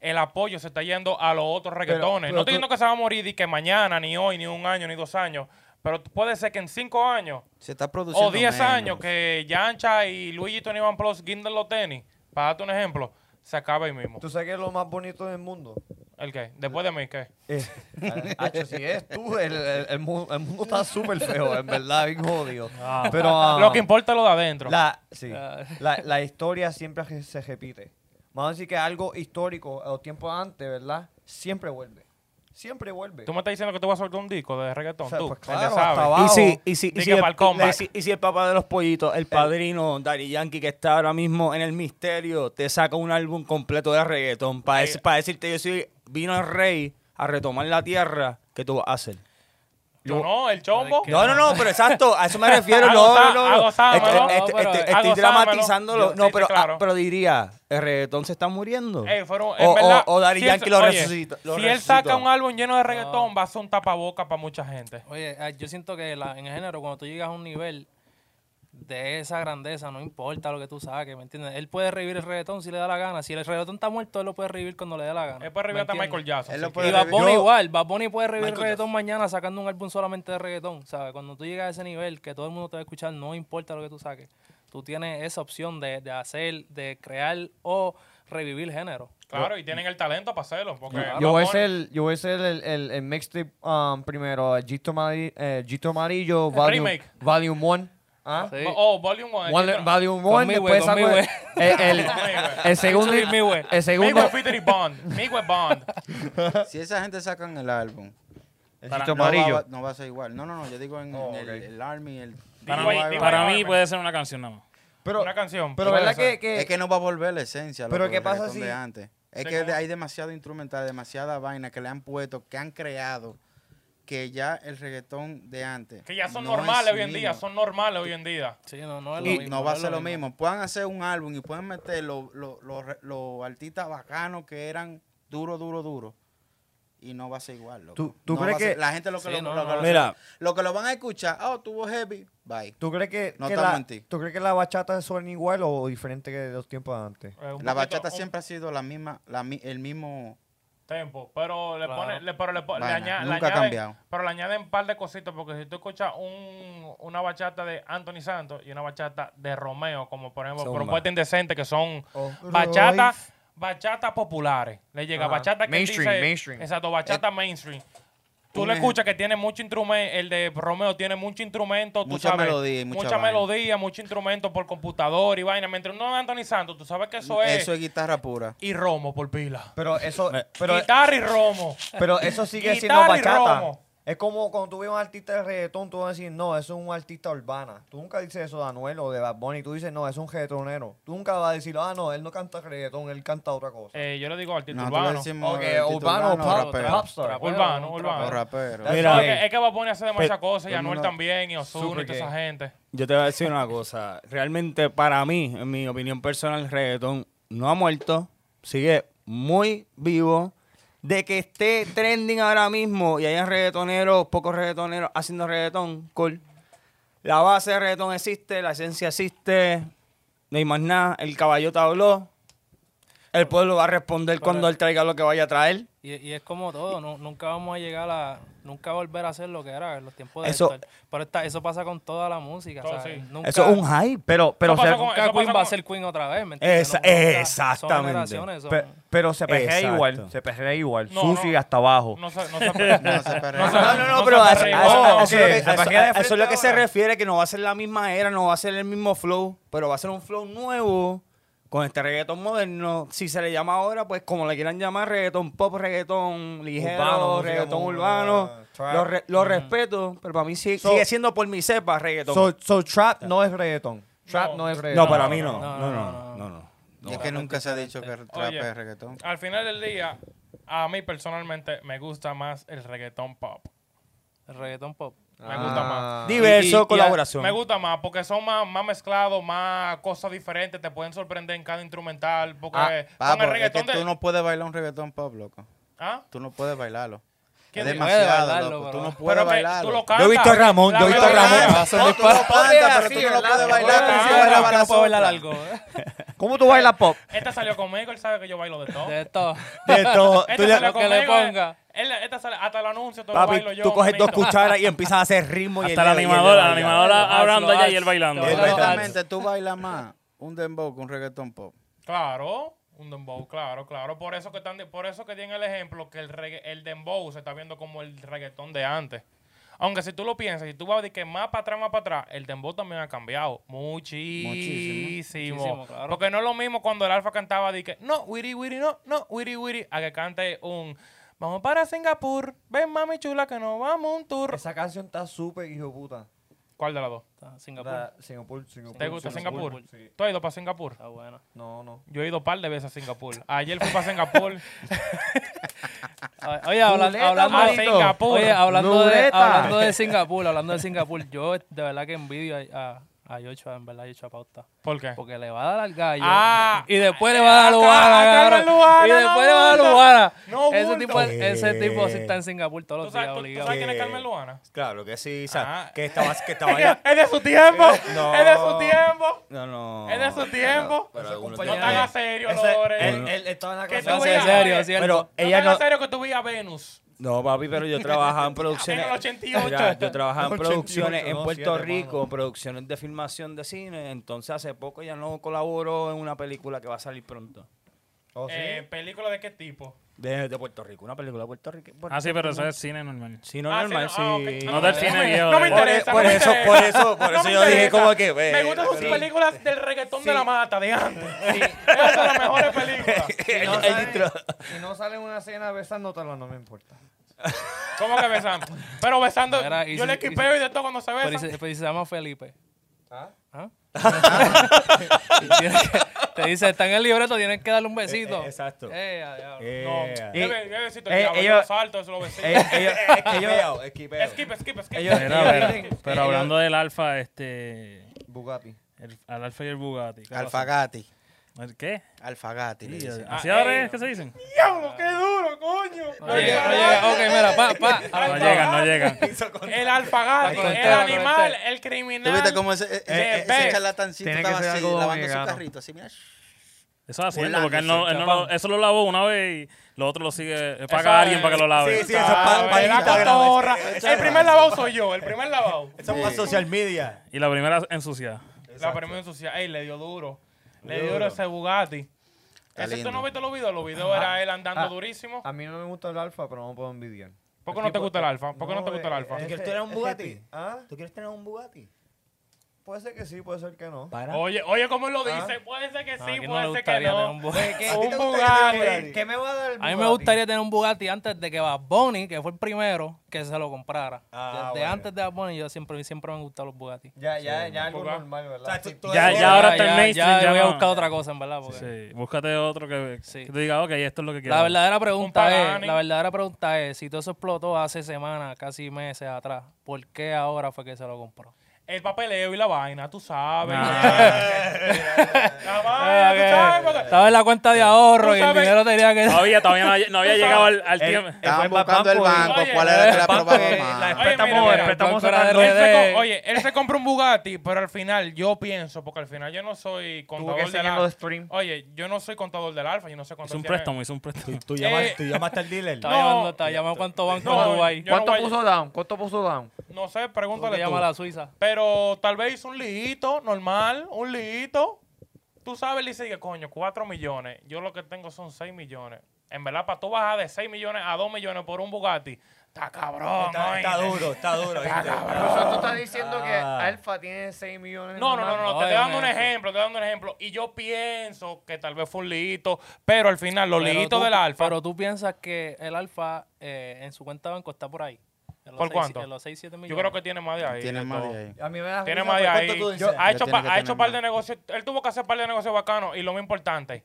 el apoyo se está yendo a los otros reggaetones. pero no estoy tú- diciendo que se va a morir y que mañana, ni hoy, ni un año, ni dos años, pero t- puede ser que en cinco años Se está produciendo. o diez menos. años <laughs> que Yancha y Luigi Tony Van Plus guinden los tenis, para darte un ejemplo, se acaba ahí mismo. ¿Tú sabes que es lo más bonito <laughs> del mundo? ¿El qué? Después de mí, ¿qué? Eh, <laughs> Hacho, si es tú, el, el- el mu- el mundo está súper feo, en verdad, bien jodido. Pero, ah, Lo que importa es lo de adentro. La, sí. Ah. la, la historia siempre je- se repite. Vamos a decir que algo histórico a los tiempos antes, ¿verdad? Siempre vuelve. Siempre vuelve. Tú me estás diciendo que tú vas a soltar un disco de reggaetón, O sea, tú. pues Ya claro, sabes. hasta abajo. Y si, y, si, Ni y, si que el, pa'l comeback. y si- y si el papá de los pollitos, el padrino Daddy Yankee que está ahora mismo en el misterio, te saca un álbum completo de reggaetón para decirte yo soy vino el rey a retomar la tierra, ¿qué tú vas a hacer? Yo no, el chombo. No, no, no, pero exacto, a <laughs> eso me refiero. A no, gozar, no, a no, no. gozármelo. Este- este- No, pero este- a estoy gozármelo. dramatizándolo. Yo- sí, No, sí, pero, ah, claro. pero diría, el reggaetón se está muriendo. Ey, Eh, fueron- en o, verdad, o, o Daddy si él- Yankee lo oye, resucita. lo si él resucitó. saca un álbum lleno de reggaetón, va a ser un tapaboca para mucha gente. Oye, ah, yo siento que la- en género, cuando tú llegas a un nivel de esa grandeza, no importa lo que tú saques, ¿me entiendes? Él puede revivir el reggaetón si le da la gana. Si el reggaetón está muerto, él lo puede revivir cuando le dé la gana. Es para arriba ¿me hasta entiendes? Michael Jackson. Él lo si puede Y quiere. Bad Yo- Bunny igual, Bad Bunny puede revivir Michael reggaetón mañana sacando un álbum solamente de reggaetón, ¿sabes? Cuando tú llegas a ese nivel que todo el mundo te va a escuchar, no importa lo que tú saques, tú tienes esa opción de, de hacer, de crear o revivir género. Claro, y tienen el talento para hacerlo. Porque Bad Yo voy a Bunny- ser, yo voy a ser el, el, el mixtape um, primero, Gito, Mari- eh, Gito Amarillo, Volume, remake. Volume 1. ¿ah? Sí. Oh, Volume 1. One- volume 1, mi después güey, con saco mi el, el, el- <laughs> el segundo... Featuring mi güey. El segundo... Bond. Migue Bond. Si esa gente sacan el álbum, El Para- Gito no va, Amarillo. va- no va a ser igual. No, no, no. Yo digo en, Oh, en el, ok. el Army, el. Para Digo mí, ahí, digo para ahí, mí Carmen. puede ser una canción nada más. Pero, Una canción. pero Puede ¿verdad ser. que, que, es que no va a volver la esencia. Pero loco, ¿qué del pasa reggaetón si- de antes. Es Sí, que como- hay demasiado instrumental, demasiada vaina que le han puesto, que han creado, que ya el reggaetón de antes. Que ya son no es normales hoy en mismo. día. Son normales hoy en día. Sí, no, no es lo Y mismo, no va a es ser lo mismo. Puedan hacer un álbum y pueden meter los los- los re- los artistas bacanos que eran duro, duro, duro. Y no va a ser igual. loco. ¿Tú- tú No va crees a ser- que- la gente lo que, Sí, lo, no, lo- no. lo- Mira. lo que lo van a escuchar, oh, tuvo heavy, bye. ¿tú crees que, No que estamos la, en ti. ¿tú crees que la bachata suena igual o diferente que de los tiempos de antes? Eh, un La poquito- bachata un siempre ha sido la misma, la, mi- el mismo. Tempo. Pero le Claro. pone- le- pero le po- le Vaina, aña- le nunca ha añaden- cambiado. Pero le añaden un par de cositas. Porque si tú escuchas un- una bachata de Anthony Santos y una bachata de Romeo, como por ejemplo Zumba. Propuesta Indecente, que son Oh. bachata. Royce. Bachata populares. Le llega Ajá. bachata que Mainstream, dice- mainstream. Exacto, Eh, bachata mainstream. Tú un le ejem- escuchas que tiene mucho instrumento, el de Romeo tiene mucho instrumento, tú Mucha sabes, melodía y mucha mucha vaina. melodía, mucho instrumento por computador y vaina, mientras uno de Anthony Santos, tú sabes que eso es, Eso es guitarra pura. y romo por pila. Pero eso, pero, Guitarra y romo. pero eso sigue siendo Guitarra y bachata. romo. Es como cuando tú ves un artista de reggaetón, tú vas a decir, no, eso es un artista urbana. Tú nunca dices eso de Anuel o de Bad Bunny. Tú dices, no, es un reggaetonero. Tú nunca vas a decir, ah, no, él no canta reggaetón, él canta otra cosa. Eh, yo le digo artista Nosotros le urbano. decimos Ok, artista urbano, urbano, pop- rapero. popstar. Trapero, Urbano, un urbano. O trapero. rapero. That's Mira, all. Es que- es que va a poner a hacer demasiadas cosas, y todo el Anuel mundo- también, y Ozuna y toda Super esa gente. Yo te voy a decir una cosa. Realmente, para mí, en mi opinión personal, el reggaetón no ha muerto. Sigue muy vivo. De que esté trending ahora mismo y haya reggaetoneros, pocos reggaetoneros haciendo reggaetón, cool. La base de reggaetón existe, la esencia existe. No hay más nada. El caballota habló. El pueblo va a responder cuando él traiga lo que vaya a traer. Y, y es como todo, nu- nunca vamos a llegar a, nunca volver a hacer lo que era en los tiempos de Eso- Héctor. Pero esta- eso pasa con toda la música, Todo, ¿sabes? sí. Nunca, Eso es un hype. Pero, pero, No pasa se, con- nunca eso Queen va con- a ser Queen otra vez, ¿me entiendes? Esa- No, nunca- exactamente. Son generaciones, son- pe- pero se pejea Exacto. igual. Se pejea igual. No, Susi no. hasta Oh. abajo. No se, no se- <laughs> No se perrea. no se- No, no, no, se pero a, a- perreó. a- a- Oh, a- eso, es ok. lo que- Se eso- paquea de a eso es lo que se frente refiere, que no va a ser la misma era, no va a ser el mismo flow, pero va a ser un flow nuevo con este reggaetón moderno. Si se le llama ahora, pues como le quieran llamar, reggaetón pop, reggaetón ligero, Urbano, música reggaetón mo- urbano. trap. Lo, re- lo respeto, pero para mí sigue, So- sigue siendo por mi cepa reggaetón. So, so trap no es reggaetón. Trap no, es reggaetón. no, para mí no. no, No, no, no. no, no, Y es que nunca se ha dicho que el trap Oye. Pues, es reggaetón. Al final del día, a mí personalmente me gusta más el reggaetón pop. El reggaetón pop. Ah. Me gusta más. Ah. Diverso, Y- y- y- colaboración. Me gusta más porque son más, más mezclados, más cosas diferentes. Te pueden sorprender en cada instrumental. Porque Ah, con papo, el es que reggaetón de. tú no puedes bailar un reggaetón pop, loco. ¿Ah? Tú no puedes bailarlo. Es ¿Quién dijo? demasiado, Puede bailarlo, loco. Tú pero- no Pero puedes que tú bailarlo. lo cantas. he visto a Ramón, La yo he visto a verdad- Ramón. Ah, Hacerle tú lo cantas, pero así, tú no lo ¿verdad? Yo lo puedes bailar. tú sí canto, bailas pero Nunca para puedo bailar sopla. algo. ¿eh? ¿Cómo tú bailas pop? Esta salió conmigo, él sabe que yo bailo de todo. De todo. De todo. Esta Tú le- salió lo que le conmigo, ponga. él- esta sale- hasta el anuncio, todo lo papi, bailo yo. tú coges dos manito. cucharas y em- empiezas a hacer ritmo. y Hasta la él le- y él le animadora, la baila. Lo animadora hace, hablando lo allá y hace. él bailando. Lo hace. Honestamente, tú bailas más un dembow que un reggaetón pop. Claro, un dembow, claro, claro. Por eso que están, de- por eso que tienen el ejemplo que el, regga- el dembow se está viendo como el reggaetón de antes. Aunque si tú lo piensas, si tú vas de que más para atrás, más para atrás, el dembow también ha cambiado muchísimo. Muchísimo, claro. Porque no es lo mismo cuando el Alfa cantaba de que no, wiri wiri, no, no, wiri wiri, a que cante un vamos para Singapur, ven mami chula que nos vamos a un tour. Esa canción está súper hijo de puta. ¿Cuál de las dos? Está, Singapur. La- Singapur, Singapur. ¿Te gusta Singapur? Sí. ¿Tú has ido para Singapur? Está bueno. No, no. Yo he ido un par de veces a Singapur. Ayer fui para Singapur. Oye, habla- Chuleta, hablando, a Singapur. Oye, hablando de, Lureta. hablando de Singapur, hablando de Singapur, yo de verdad que envidio a, a, a Joshua, en verdad, a Joshua Pauta. ¿Por qué? Porque le va a dar al gallo. Ah. y después le va a dar a Acá- Luana, acá la cabrón. Luana, Y después no le va a dar a bulto. Luana. No ese, bulto. tipo, ese tipo sí está en Singapur todos ¿Tú los días, sabes, tú- tú obligado. sabes quién es Carmen Luana? Claro que sí, o sea, Ah. que estaba, que estaba <laughs> allá. es de su tiempo. Eh, No. Es de su tiempo. No, no. Es de su tiempo. Pues Pero, algunos No tienen- tan a serio, Ese- Lore. él, él estaba en la ¿Qué clase. tú No, sí, veías? en serio, Oye, ¿cierto? Pero No ella tan a no. serio que tú veías a <laughs> Venus. No, papi, pero yo trabajaba en producciones. En el <laughs> 88. Mira, yo trabajaba en 88, producciones en no, Puerto siete, Rico, mano. producciones de filmación de cine. Entonces, hace poco ya no colaboró en una película que va a salir pronto. Oh, sí. <laughs> Eh, ¿Película de qué tipo? De, de Puerto Rico, una película de Puerto Rico. Puerto Ah, sí, pero Rico. eso es cine normal. Sí, no, Ah, normal, sí, no, ah, sí. ok. No del cine viejo. No me Por, interesa. por no me eso, interesa. por eso, por No eso me yo dije interesa. como que. Me gustan sus sí. películas del reggaetón de la mata de antes. Esas son las mejores películas. Si no El sale- intro. Si no sale en una escena besándote, no <laughs> me importa. ¿Cómo que besando? Pero besando, Mira, y yo si- le y si- equipeo y de todo cuando se Pero, besan. se- pero se llama Felipe. ¿Ah? ¿Ah? <laughs> Tienes que- te dice, está en el libreto, tienes que darle un besito. Eh, eh, exacto. Eh, a diablo. No, Yeah. yo Eh, besito eh, el diablo, yo ellos- lo salto, eso lo besito. eh, Ellos, ellos, eh, Esquipeo, esquipeo. Skip, skip, skip. ellos- Mira, ellos mira, tienen- pero ellos- hablando del Alfa, este. eh. Bugatti. el- al Alfa y el Bugatti. ¿qué pasó? Alfagati. ¿El qué? Alfagati. le dicen. ¿Así Ah, ahora eh, es que se dicen? ¡Diablo, qué duro, coño! No llega, no llega. Ok, mira, pa, pa. No llegan, no llegan. El alfagato, Está el conectado, animal, conectado. el ¿Tú criminal. viste cómo ese, ese- Eh, ese eh, charlatancito tiene que estaba ser así, algo lavando su vegano. carrito? Así, mira. Eso es haciendo, Volando, porque él no, sí, él no lo- eso lo lavó una vez y lo otro lo sigue. eh, Eso Paga a alguien es- para que lo lave. Sí, sí, eso es Ah, pa- pa la Instagram. cotorra. El primer lavado soy yo, el primer lavado. Eso es para social media. Y la primera ensuciada. La primera ensuciada. Ey, le dio duro. Le dio duro ese Bugatti. Está ¿Ese tú lindo. no viste los videos? Los videos era él andando Ah. durísimo. A mí no me gusta el alfa, pero no puedo envidiar. ¿Por qué no pues, te gusta el alfa? ¿Por qué no te gusta el eh, alfa? eh, quieres tener un ese Bugatti? pi- <laughs> ¿Ah? ¿Tú quieres tener un Bugatti? Puede ser que sí, puede ser que no. Para. Oye, oye, ¿cómo él lo dice? Ah. Puede ser que No, sí, aquí no le puede ser que gustaría tener un no. Bugatti. Un ¿Qué, Bugatti. qué me va a dar el A mí me Bugatti? gustaría tener un Bugatti antes de que Bad Bunny, que fue el primero, que se lo comprara. Ah, Desde bueno. antes de Bad Bunny, yo siempre, siempre me han gustado los Bugatti. Ya, ya, ya algo Bugatti. normal, ¿verdad? O sea, tú- Sí. tú Ya, eres- ya ahora está en ya, mainstream, ya, ya voy a no. buscar otra cosa, en verdad. Porque Sí, búscate otro que, Sí. que te diga, ok, esto es lo que quiero. La verdadera Un pregunta es, Pagani. la verdadera pregunta es, si todo eso explotó hace semanas, casi meses atrás, ¿por qué ahora fue que se lo compró? el papeleo y la vaina, tú sabes. <laughs> la Eh, vaina, Ah, tú ok. sabes. porque- Estaba en la cuenta de ahorro Tú y el sabes- dinero tenía que. <laughs> Todavía, todavía no, había- no había Tú llegado sabes, al, al tiempo. Estaban el Bad buscando el Bunny. banco, Oye, cuál era el que le el banco aprobaba que- más. Oye, préstamo- mira, mira, el préstamo Banco se era tardó. Él se RD. co- oye, él se compró un Bugatti, pero al final yo pienso, porque al final yo no soy Tuvo que contador del enseñar los Alfa. stream. Oye, yo no soy contador del Alfa, yo no sé Hizo cuánto un tiene- préstamo, hizo un préstamo. Tú, llamas- Eh, tú llamaste al dealer. Estaba No. llamando, estaba llamando cuánto banco No, tú ahí. yo no ¿Cuánto voy- puso down? ¿Cuánto puso down? No sé, Tuvo que pregúntale llamar tú. a la Suiza. Pero tal vez hizo un liguito normal, un liguito. Tú sabes, le dice, coño, 4 millones. Yo lo que tengo son 6 millones. En verdad, para tú bajar de 6 millones a 2 millones por un Bugatti, está cabrón. Está, está oíste. duro, está duro. ¿viste? tú estás diciendo que Alfa tiene 6 millones. No, no, no, no, te estoy Oye, dando un maestro. ejemplo, te estoy dando un ejemplo. Y yo pienso que tal vez fue un liguito, pero al final los Pero liguitos tú- del Alfa. Pero tú piensas que el Alfa eh, en su cuenta de banco está por ahí. En los ¿Por seis- cuánto? En los 6, 7 millones. yo creo que tiene más de ahí. Tiene de más todo. de ahí. A mí me da Tiene risa más de porque- ahí. ¿Cuánto tú Yo- deseas? ha hecho, Tiene pa- que ha tener hecho par de más. negocios. Él tuvo que hacer par de negocios bacanos. Y lo más importante,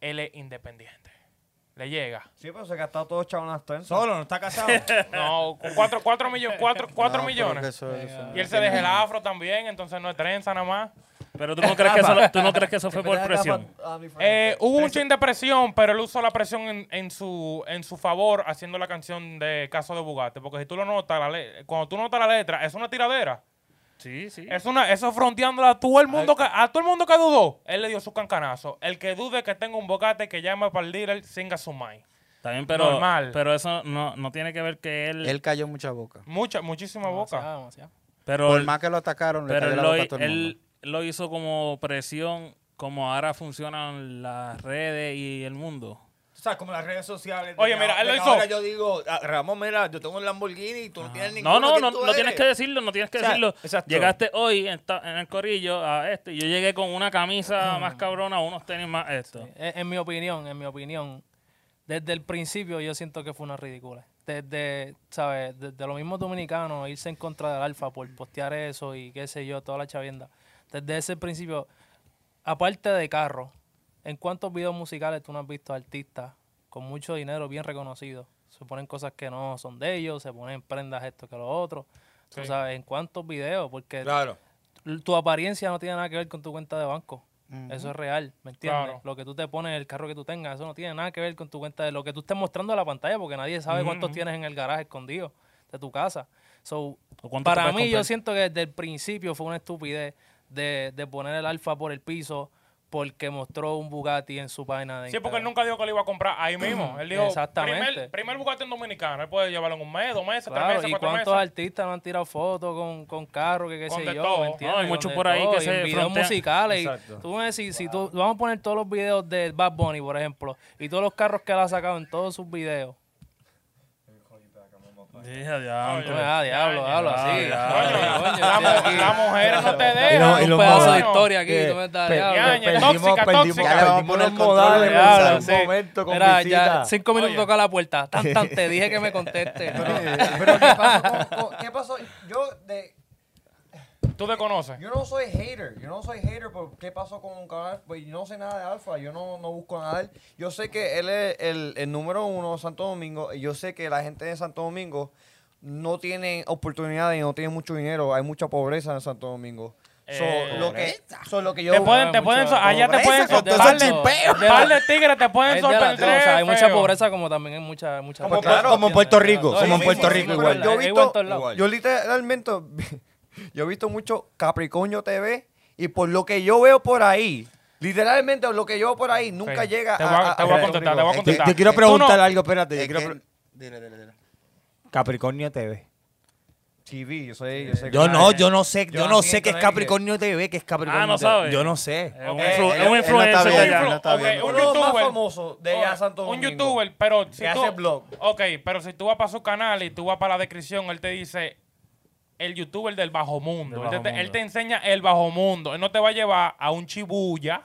él es independiente. Le llega. Sí, pero se gastó todo chavos en las trenzas. Solo, no está <laughs> casado. No, con 4 cuatro millones. Cuatro, cuatro No, pero que millones. eso- eso- Y él se deja el afro también, entonces no es trenza nada más. Pero tú no crees que eso, tú no crees que eso fue por presión. Eh, hubo un chin de presión, pero él usó la presión en, en su, en su favor haciendo la canción de Caso de Bugatti. Porque si tú lo notas, la le- cuando tú notas la letra, es una tiradera. Sí, sí. Es una, eso fronteándola a todo el mundo que, a todo el mundo que dudó. Él le dio su cancanazo. El que dude que tenga un bocate que llama para el dealer, singa su mind. También, pero, Normal. pero eso no, no tiene que ver que él... Él cayó mucha boca. Mucha, muchísima boca. Demasiado, demasiado. pero Por más que lo atacaron, le pero cayó él la lo, boca a todo el mundo. él lo hizo como presión, como ahora funcionan las redes y el mundo. O sea, como las redes sociales. de Oye, que mira, ahora- él de lo que ahora hizo. yo digo, "Ah, Ramón, mira, yo tengo un Lamborghini y tú no tienes ninguno. Ah. No, no, ¿quién no, tú no eres?" tienes que <laughs> decirlo, no tienes que O sea, decirlo. exacto. Llegaste hoy en, ta- en el corillo a este y yo llegué con una camisa más cabrona, unos tenis más esto. Eh, En, mi opinión, en mi opinión, desde el principio yo siento que fue una ridícula. Desde, ¿sabes? Desde los mismos dominicanos, irse en contra del alfa por postear eso y qué sé yo, toda la chavienda. Desde ese principio, aparte de carro, ¿en cuántos videos musicales tú no has visto artistas con mucho dinero bien reconocidos? Se ponen cosas que no son de ellos, se ponen prendas esto que lo otro. Tú sabes, ¿en cuántos videos? Porque Claro. l- tu apariencia no tiene nada que ver con tu cuenta de banco. Eso es real, ¿me entiendes? Claro. Lo que tú te pones, el carro que tú tengas, eso no tiene nada que ver con tu cuenta de lo que tú estés mostrando a la pantalla, porque nadie sabe cuántos tienes en el garaje escondido de tu casa. So, ¿O cuánto te para puedes mí, comprar? yo siento que desde el principio fue una estupidez de, de poner el alfa por el piso porque mostró un Bugatti en su página de Sí, porque él Instagram. nunca dijo que lo iba a comprar ahí mismo. Él dijo, Exactamente. primer, primer Bugatti en Dominicano. Él puede llevarlo en un mes, dos meses, Claro, tres meses, ¿y cuatro cuántos meses. artistas no han tirado fotos con, con carros, que qué Con sé de yo? todo. ¿me No, entiendes? hay Con muchos de por ahí todo, que y se en videos frontean. musicales. y Exacto. tú me decís, si tú, vamos a poner todos los videos de Bad Bunny, por ejemplo, y todos los carros que él ha sacado en todos sus videos. Dije, diantre. Ah, diablo, diablo, así. Coño, Coño, la, estoy aquí. mu- la mujer no te deja. no, y Un lo pedazo de más- historia aquí, que tú me estás pe- diablo. Ñaña, tóxica, tóxica. Ya le vamos a perdimos poner los el control modales, del por Diablo, un sí. momento con Mira, visita. ya cinco minutos toca la puerta. Tan, tan, te dije que me conteste. Pero eh, ¿qué pasó? con- con- ¿Qué pasó? Yo, de, Tú te conoces. yo no soy hater. Yo no soy hater por qué pasó con un canal. Pues yo no sé nada de Alfa. Yo no, no busco nada de él. Yo sé que él es el, el número uno de Santo Domingo. Y yo sé que la gente de Santo Domingo no tiene oportunidades y no tiene mucho dinero. Hay mucha pobreza en Santo Domingo. So, Eh, lo que, so, lo que yo Te pueden, te mucha pueden, so- allá te pobreza pueden con todo sorprender. ese Par de- par de tigres te pueden Es de la sorprender. tres, o sea, hay mucha feo. pobreza como también hay mucha, mucha Como, pobreza. Puerto- como en Puerto Rico, como en Puerto Rico Pero igual. Yo Igual he en todos visto, lados. yo literalmente, <laughs> yo he visto mucho Capricornio TV y por lo que yo veo por ahí, literalmente lo que yo veo por ahí nunca Ok. llega Te a, voy a- a- te voy a Puerto contestar, Rico. te voy a Te, contestar. te quiero Tú preguntar no- algo, espérate. Es te que- quiero pre- Dile, dile, dile. Capricornio TV. TV, yo sé, yo sé. Yo no, yo no sé, yo Yo no no sé qué es siento nadie que- Capricornio TV, qué es Capricornio Ah, no TV. sabe. Yo no sé. Es un, Eh, influ- él- es un él no está influencer de bien, allá. él no está Ok, bien. un Uno de los más youtuber. famosos de allá de Santo Un Domingo. youtuber, pero si Que tú, hace blog. Ok, pero si tú vas para su canal y tú vas para la descripción, él te dice el youtuber del bajo mundo. Del él, te, bajo él mundo. te enseña el bajo mundo. Él no te va a llevar a un chibuya.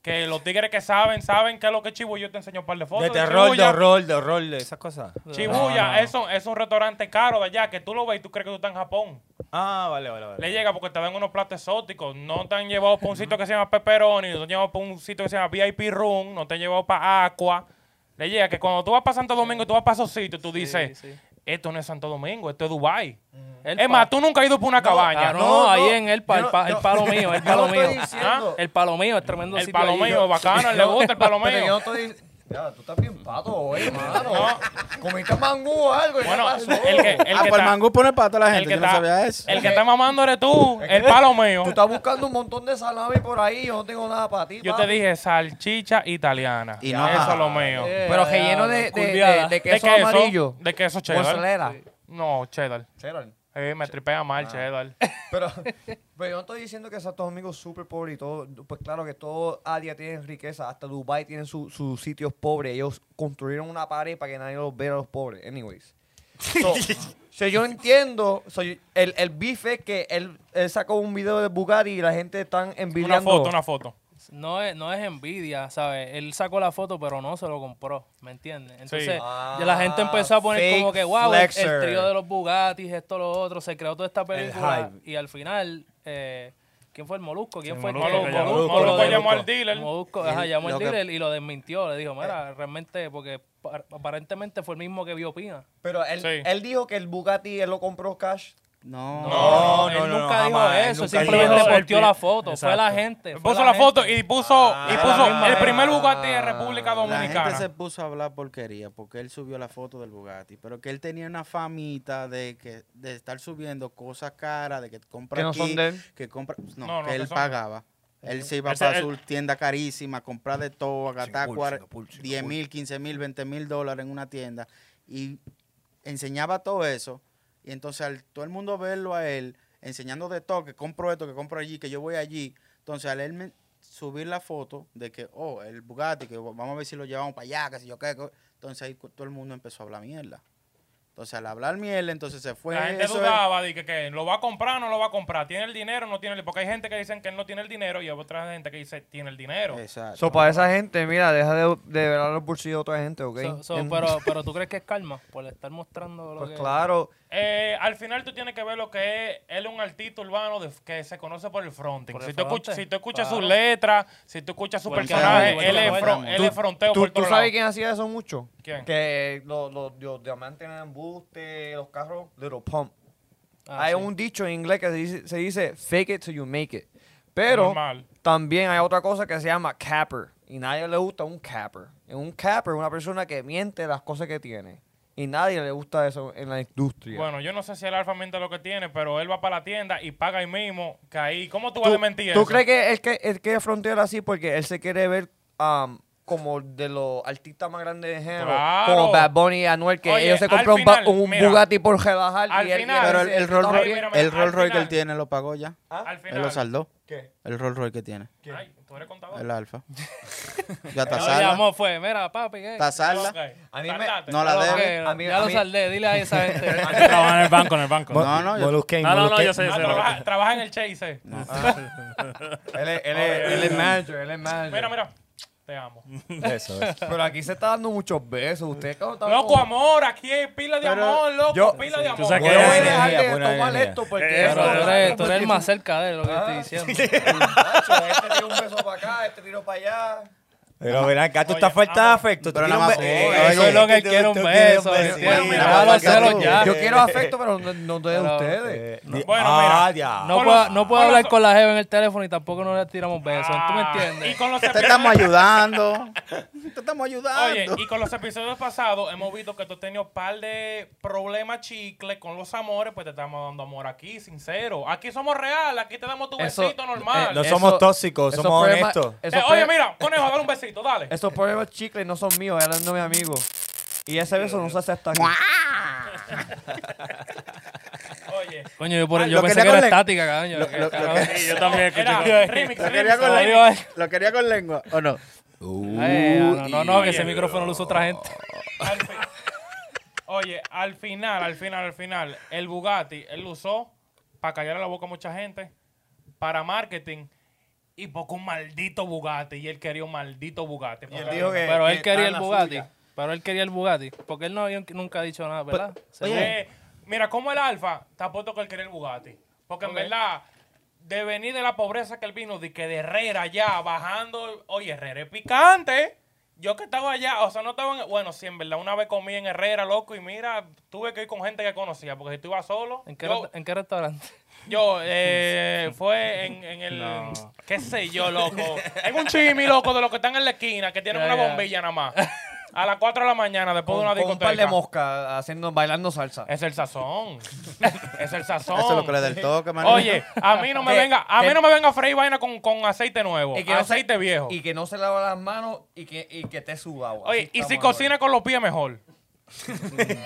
Que los tigres que saben, saben qué es lo que es chibuya. Yo te enseño un par de fotos. De terror, de chibuya. horror, de horror, de esas cosas. Chibuya Es, un, es un restaurante caro de allá que tú lo ves y tú crees que tú estás en Japón. Ah, vale, vale, vale. Le llega porque te dan unos platos exóticos. No te han llevado para un sitio que se llama Pepperoni, no te han llevado para un sitio que se llama VIP Room, no te han llevado para Aqua. Le llega que cuando tú vas para Santo Domingo, tú vas para esos sitios, tú dices, sí. esto no es Santo Domingo, esto es Dubai. El Es pa- más, tú nunca has ido por una cabaña. Ah, no, Mm. No, ahí no. en el, pa- Yo el, pa- no- el yo- palo mío, el <laughs> yo palo no mío. estoy diciendo- Ah, El palo mío es tremendo El sitio allí. palomeo, bacano, <laughs> él le gusta el Pero yo palomeo. no estoy. Ya, tú estás bien pato hoy, mano. Comiste mangú o algo. ¿y qué Bueno, pasó? el que, el ah, que pues el está- mangú pone pato a la el gente. que Yo no sabía está, eso. el que está mamando eres tú, el palomeo. Tú estás buscando un montón de salami por ahí. Yo no tengo nada para ti. Yo papi. te dije salchicha italiana. Y no- ah, Eso es lo mío. Eh, Pero relleno de, de, de, de queso amarillo. De queso cheddar. Mozzarella. No, cheddar. Será. Eh, me tripea mal cheddar. Pero, <laughs> pero yo no estoy diciendo que Santos Domingo es súper pobre y todo. Pues claro que todo área tiene riqueza. Hasta Dubai tiene su- sus sitios pobres. Ellos construyeron una pared para que nadie los vea a los pobres. Anyways. <laughs> So, so yo entiendo. so yo- el, el bife es que él, él sacó un video de Bugatti y la gente están Una envidiando. foto, una foto. No es, no es envidia, ¿sabes? Él sacó la foto, pero no se lo compró, ¿me entiendes? Entonces, Ah, ya la gente empezó a poner fake como que, wow, el, flexer. el trío de los Bugattis, esto, lo otro, se creó toda esta película. Y al final, eh, ¿quién fue el Molusco? ¿Quién fue el que- Molusco, Molusco, Molusco, lo Molusco de- llamó al dealer. Molusco, ajá, Y llamó al lo que- dealer y lo desmintió. Le dijo, mira, realmente, porque pa- aparentemente fue el mismo que vio Pina. Pero él, Sí. él dijo que el Bugatti él lo compró cash. No. No, no, él no, nunca dijo jamás, él eso, nunca simplemente dijo eso. posteó la foto, fue Exacto. la gente. fue Puso la gente. foto y puso, y Ah, puso la misma el gente. primer Bugatti de República La gente se Dominicana. puso a hablar porquería porque él subió la foto del Bugatti, pero que él tenía una famita de que de estar subiendo cosas caras, de que compra Que no aquí, son de él. que compra, no, No, no, que que él son- pagaba. Él se iba Ese- para él- su tienda carísima, a comprar de todo, a gastar Singapur, cuar- Singapur, Singapur. 10 mil, 15 mil, 20 mil dólares en una tienda y enseñaba todo eso. Y entonces al todo el mundo verlo a él enseñando de todo, que compro esto, que compro allí, que yo voy allí. Entonces al él men- subir la foto de que, oh, el Bugatti, que vamos a ver si lo llevamos para allá, que si yo qué. co- Entonces ahí cu- todo el mundo empezó a hablar mierda. Entonces al hablar mierda, entonces se fue. La gente eso es- dudaba de que, que lo va a comprar o no lo va a comprar. ¿Tiene el dinero o no tiene el Porque hay gente que dicen que él no tiene el dinero y hay otra gente que dice tiene el dinero. Exacto. So, para esa gente, mira, deja de, de velar los bolsillos de otra gente, ¿ok? So- so, En- pero, pero tú crees que es calma por estar mostrando lo pues que... claro. Eh, al final tú tienes que ver lo que es. Él es un artista urbano de- que se conoce por el fronting. Por el si, tú fronting, escuchas, si tú escuchas sus claro. letras, si tú escuchas su Por el personaje, fronting, él es, por el fron- fronting. él es fronteo ¿Tú, por tú todos sabes lados. quién hacía eso mucho? ¿Quién? Que los, los, los diamantes en embuste, los carros, Little Pump. Ah, sí. hay un dicho en inglés que se dice, se dice, fake it till you make it. Pero Normal. también hay otra cosa que se llama capper. Y nadie le gusta un capper. Un capper es una persona que miente las cosas que tiene. Y nadie le gusta eso en la industria. Bueno, yo no sé si el Alfa miente lo que tiene, pero él va para la tienda y paga ahí mismo. Que ahí, ¿cómo tú, vas a mentir ¿Tú eso? crees que él, que él quiere frontear así porque él se quiere ver um, como de los artistas más grandes de género? Claro. Como Bad Bunny y Anuel, que Oye, ellos se al compraron un, ba- final, un mira, Bugatti por relajar. al y él- y él final- Pero el, dice, el Rolls "Está Royce- bien". mira, Royce, el al Rolls Royce que él final- tiene lo pagó ya. Al final. Él lo saldó. ¿Qué? El Rolls Royce que tiene. Ay, tú eres contador. <laughs> El Alfa. ya está Lo salda. llamó fue, mira, papi, ¿qué? Está salda. Ok, A mí me- saldate. No la Ok, debe. a mí- ya a lo mí- saldé, dile a esa <laughs> gente. Trabaja en el banco, en el banco. <laughs> No, No, no, yo- no, no, yo sé, yo Ah, sé. trabaja, trabaja en el Chase. Él es, él es- él <laughs> es manager, él es manager. Mira, mira. Te amo. Pero aquí se está dando muchos besos. Usted, ¿cómo está Loco, como- amor, aquí hay pila de Pero amor, loco, yo- pila de amor. sabes Yo que- voy a Buena dejar de energía, buena tomar energía. esto porque Eh, esto- Pero tú eres, tú eres el más cerca de él, lo que Ah. estoy diciendo. Nacho, este tiró un beso para acá, este tiró para allá. Pero ven acá, tú Oye, estás falta de vamos. afecto. tú Pero tienes nada un más, be- oye, Eso oye, es lo que tú- quiero, tú un quieres un beso. beso, ¿entiendes? mira, Nada mira, más que mira, tú. ya. Yo quiero afecto, pero no, no de Pero- ustedes. Bueno, Ah, mira. ya. No Con puedo, los- no puedo con hablar los- con la jeva en el teléfono y tampoco no le tiramos besos. ¿Tú me Ah, Y <laughs> entiendes? con los Te estamos episodios, ayudando. <laughs> Te estamos oye, ayudando. y con los episodios pasados hemos visto que tú has tenido un par de problemas chicle con los amores, pues te estamos dando amor aquí, sincero. Aquí somos real, aquí te damos tu Eso- besito eh, normal. No Eso- somos tóxicos, esos somos problemas- honestos. Eh, esos oye, problemas- mira, conejo, dale un besito, dale. Estos problemas chicles no son míos, eran de mi amigo. Y ese beso no se acepta aquí. Oye. Coño, yo, por, Ah, lo yo pensé quería que era con la- estática, cabrón. lo- lo- lo que- Sí, yo también Era, escuché. remix, Lo remix. quería con oye. lengua. Lo quería con lengua. ¿O no? Ay, no, no, no, que ese eh, Oye. micrófono lo usa otra gente. Al fi- Oye, al final, al final, al final, el Bugatti, él lo usó para callar la boca a mucha gente, para marketing y porque un maldito Bugatti. Y él quería un maldito Bugatti. él dijo que- Pero eh, él está ah, quería en el la Bugatti. suya. Pero él quería el Bugatti. Porque él no había nunca ha dicho nada, ¿verdad? Según- Eh, mira, como el Alfa, te apuesto que él quería el Bugatti. Porque en verdad, de venir de la pobreza que él vino, de que de Herrera ya, bajando, oye, Herrera es picante. Yo que estaba allá, o sea, no estaba en... Bueno, sí, en verdad, una vez comí en Herrera, loco, y mira, tuve que ir con gente que conocía, porque si tú ibas solo... ¿En qué, yo, resta- en qué restaurante? yo, eh, <laughs> fue en, en el... ¿Qué sé yo, loco? En un chimi, loco, de los que están en la esquina, que tienen Ya, una ya. bombilla nada más. A las 4 de la mañana, después Con, de una con un discoteca. Eh, par de moscas haciendo, bailando salsa. es el sazón. es el sazón. Eso es lo que le da el toque, manito. Oh, Oye, a mí no me Te- venga, a mí te- no me venga a freír vaina con, con aceite nuevo, Y que no se- aceite viejo. Y que no se lava las manos y que, y que te sudado. Oye, Así y si estamos ahora. cocina con los pies mejor.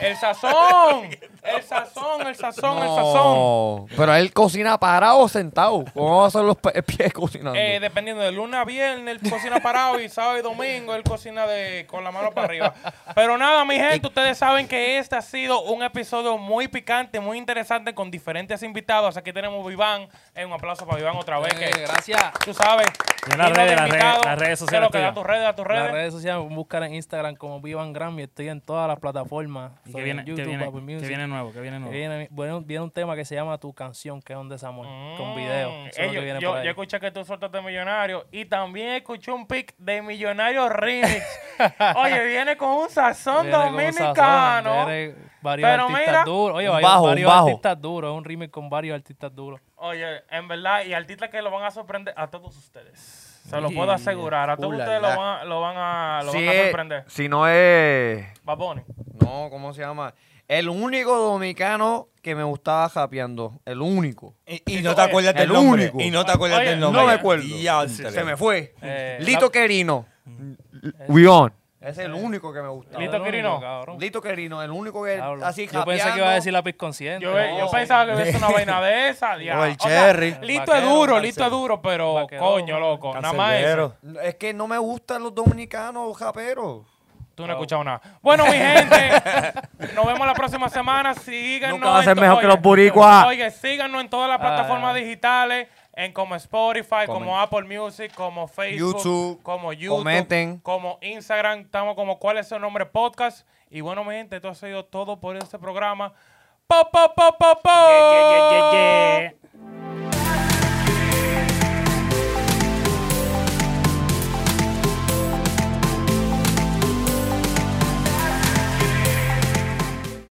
el sazón, el sazón, el sazón, el sazón. No, Pero él cocina parado o sentado. ¿Cómo va a ser los pe- pies cocinando? Eh, dependiendo de lunes a viernes, él cocina parado y sábado y domingo él cocina de con la mano para arriba. Pero nada, mi gente, ustedes saben que este ha sido un episodio muy picante, muy interesante con diferentes invitados. Aquí tenemos Viván, Eh, un aplauso para Viván otra vez. Eh, que gracias. tú sabes. Y en las vino redes, de las redes- invitado. las redes ¿Qué es sociales lo que da tuyas? tus redes, da tus redes. Las redes sociales, buscar en Instagram como Vivan Gram y estoy en todas las plataformas. ¿Y Estoy qué en viene, qué YouTube, viene, Apple qué Music. viene nuevo? ¿Qué viene Que nuevo? viene- bueno, viene un tema que se llama Tu canción, que es un desamor, con video. Mm, Eso es lo que ellos- viene yo, por ahí. yo escuché que tú soltaste Millonario y también escuché un pick de Millonario <laughs> Remix. Oye, viene con un sazón Viene con un dominicano. sazón, viene varios Pero artistas mira- duros. Oye, Un varios, bajo, un varios bajo. artistas duros. Es un remix con varios artistas duros. Oye, en verdad, y artistas que lo van a sorprender a todos ustedes. Se lo puedo asegurar. A todos Ulala. ustedes lo van, a- lo van a, lo Si van a es- sorprender. Si no es. Bad Bunny. No, ¿cómo se llama? El único dominicano que me gustaba japeando. El único. Y, y no te acuerdas el del nombre. único. Y no te acuerdas Oye, del nombre. no me acuerdo. Ya, Se me fue. Eh, Lito Querino. Mm. We on. Es el único que me gusta. Lito Lito Quirino. Quirino. cabrón. Lito Querino, el único que Diablo. así Yo pensé que iba a decir lápiz consciente. Yo, No, yo pensaba que iba a ser una vaina de <laughs> esa. diablo. el Cherry. Lito es Vaquero, duro, Marcelo. Lito es duro, pero Vaquero. coño, loco. Nada más eso. japeando. Es que no me gustan los dominicanos japeros. Tú no has escuchado nada. Bueno, mi <laughs> gente, nos vemos la próxima semana. Síganos. Nunca va a ser en to- mejor que oye, los boricuas. Oye, síganos en todas las plataformas digitales, en como Spotify, como Apple Music, como Facebook, YouTube. como YouTube, Comenten. como Instagram. Estamos como cuál es el nombre podcast. Y bueno, mi gente, esto ha sido todo por este programa. ¡Po, po, po, po, po! Ye, ye, ye, ye, ye.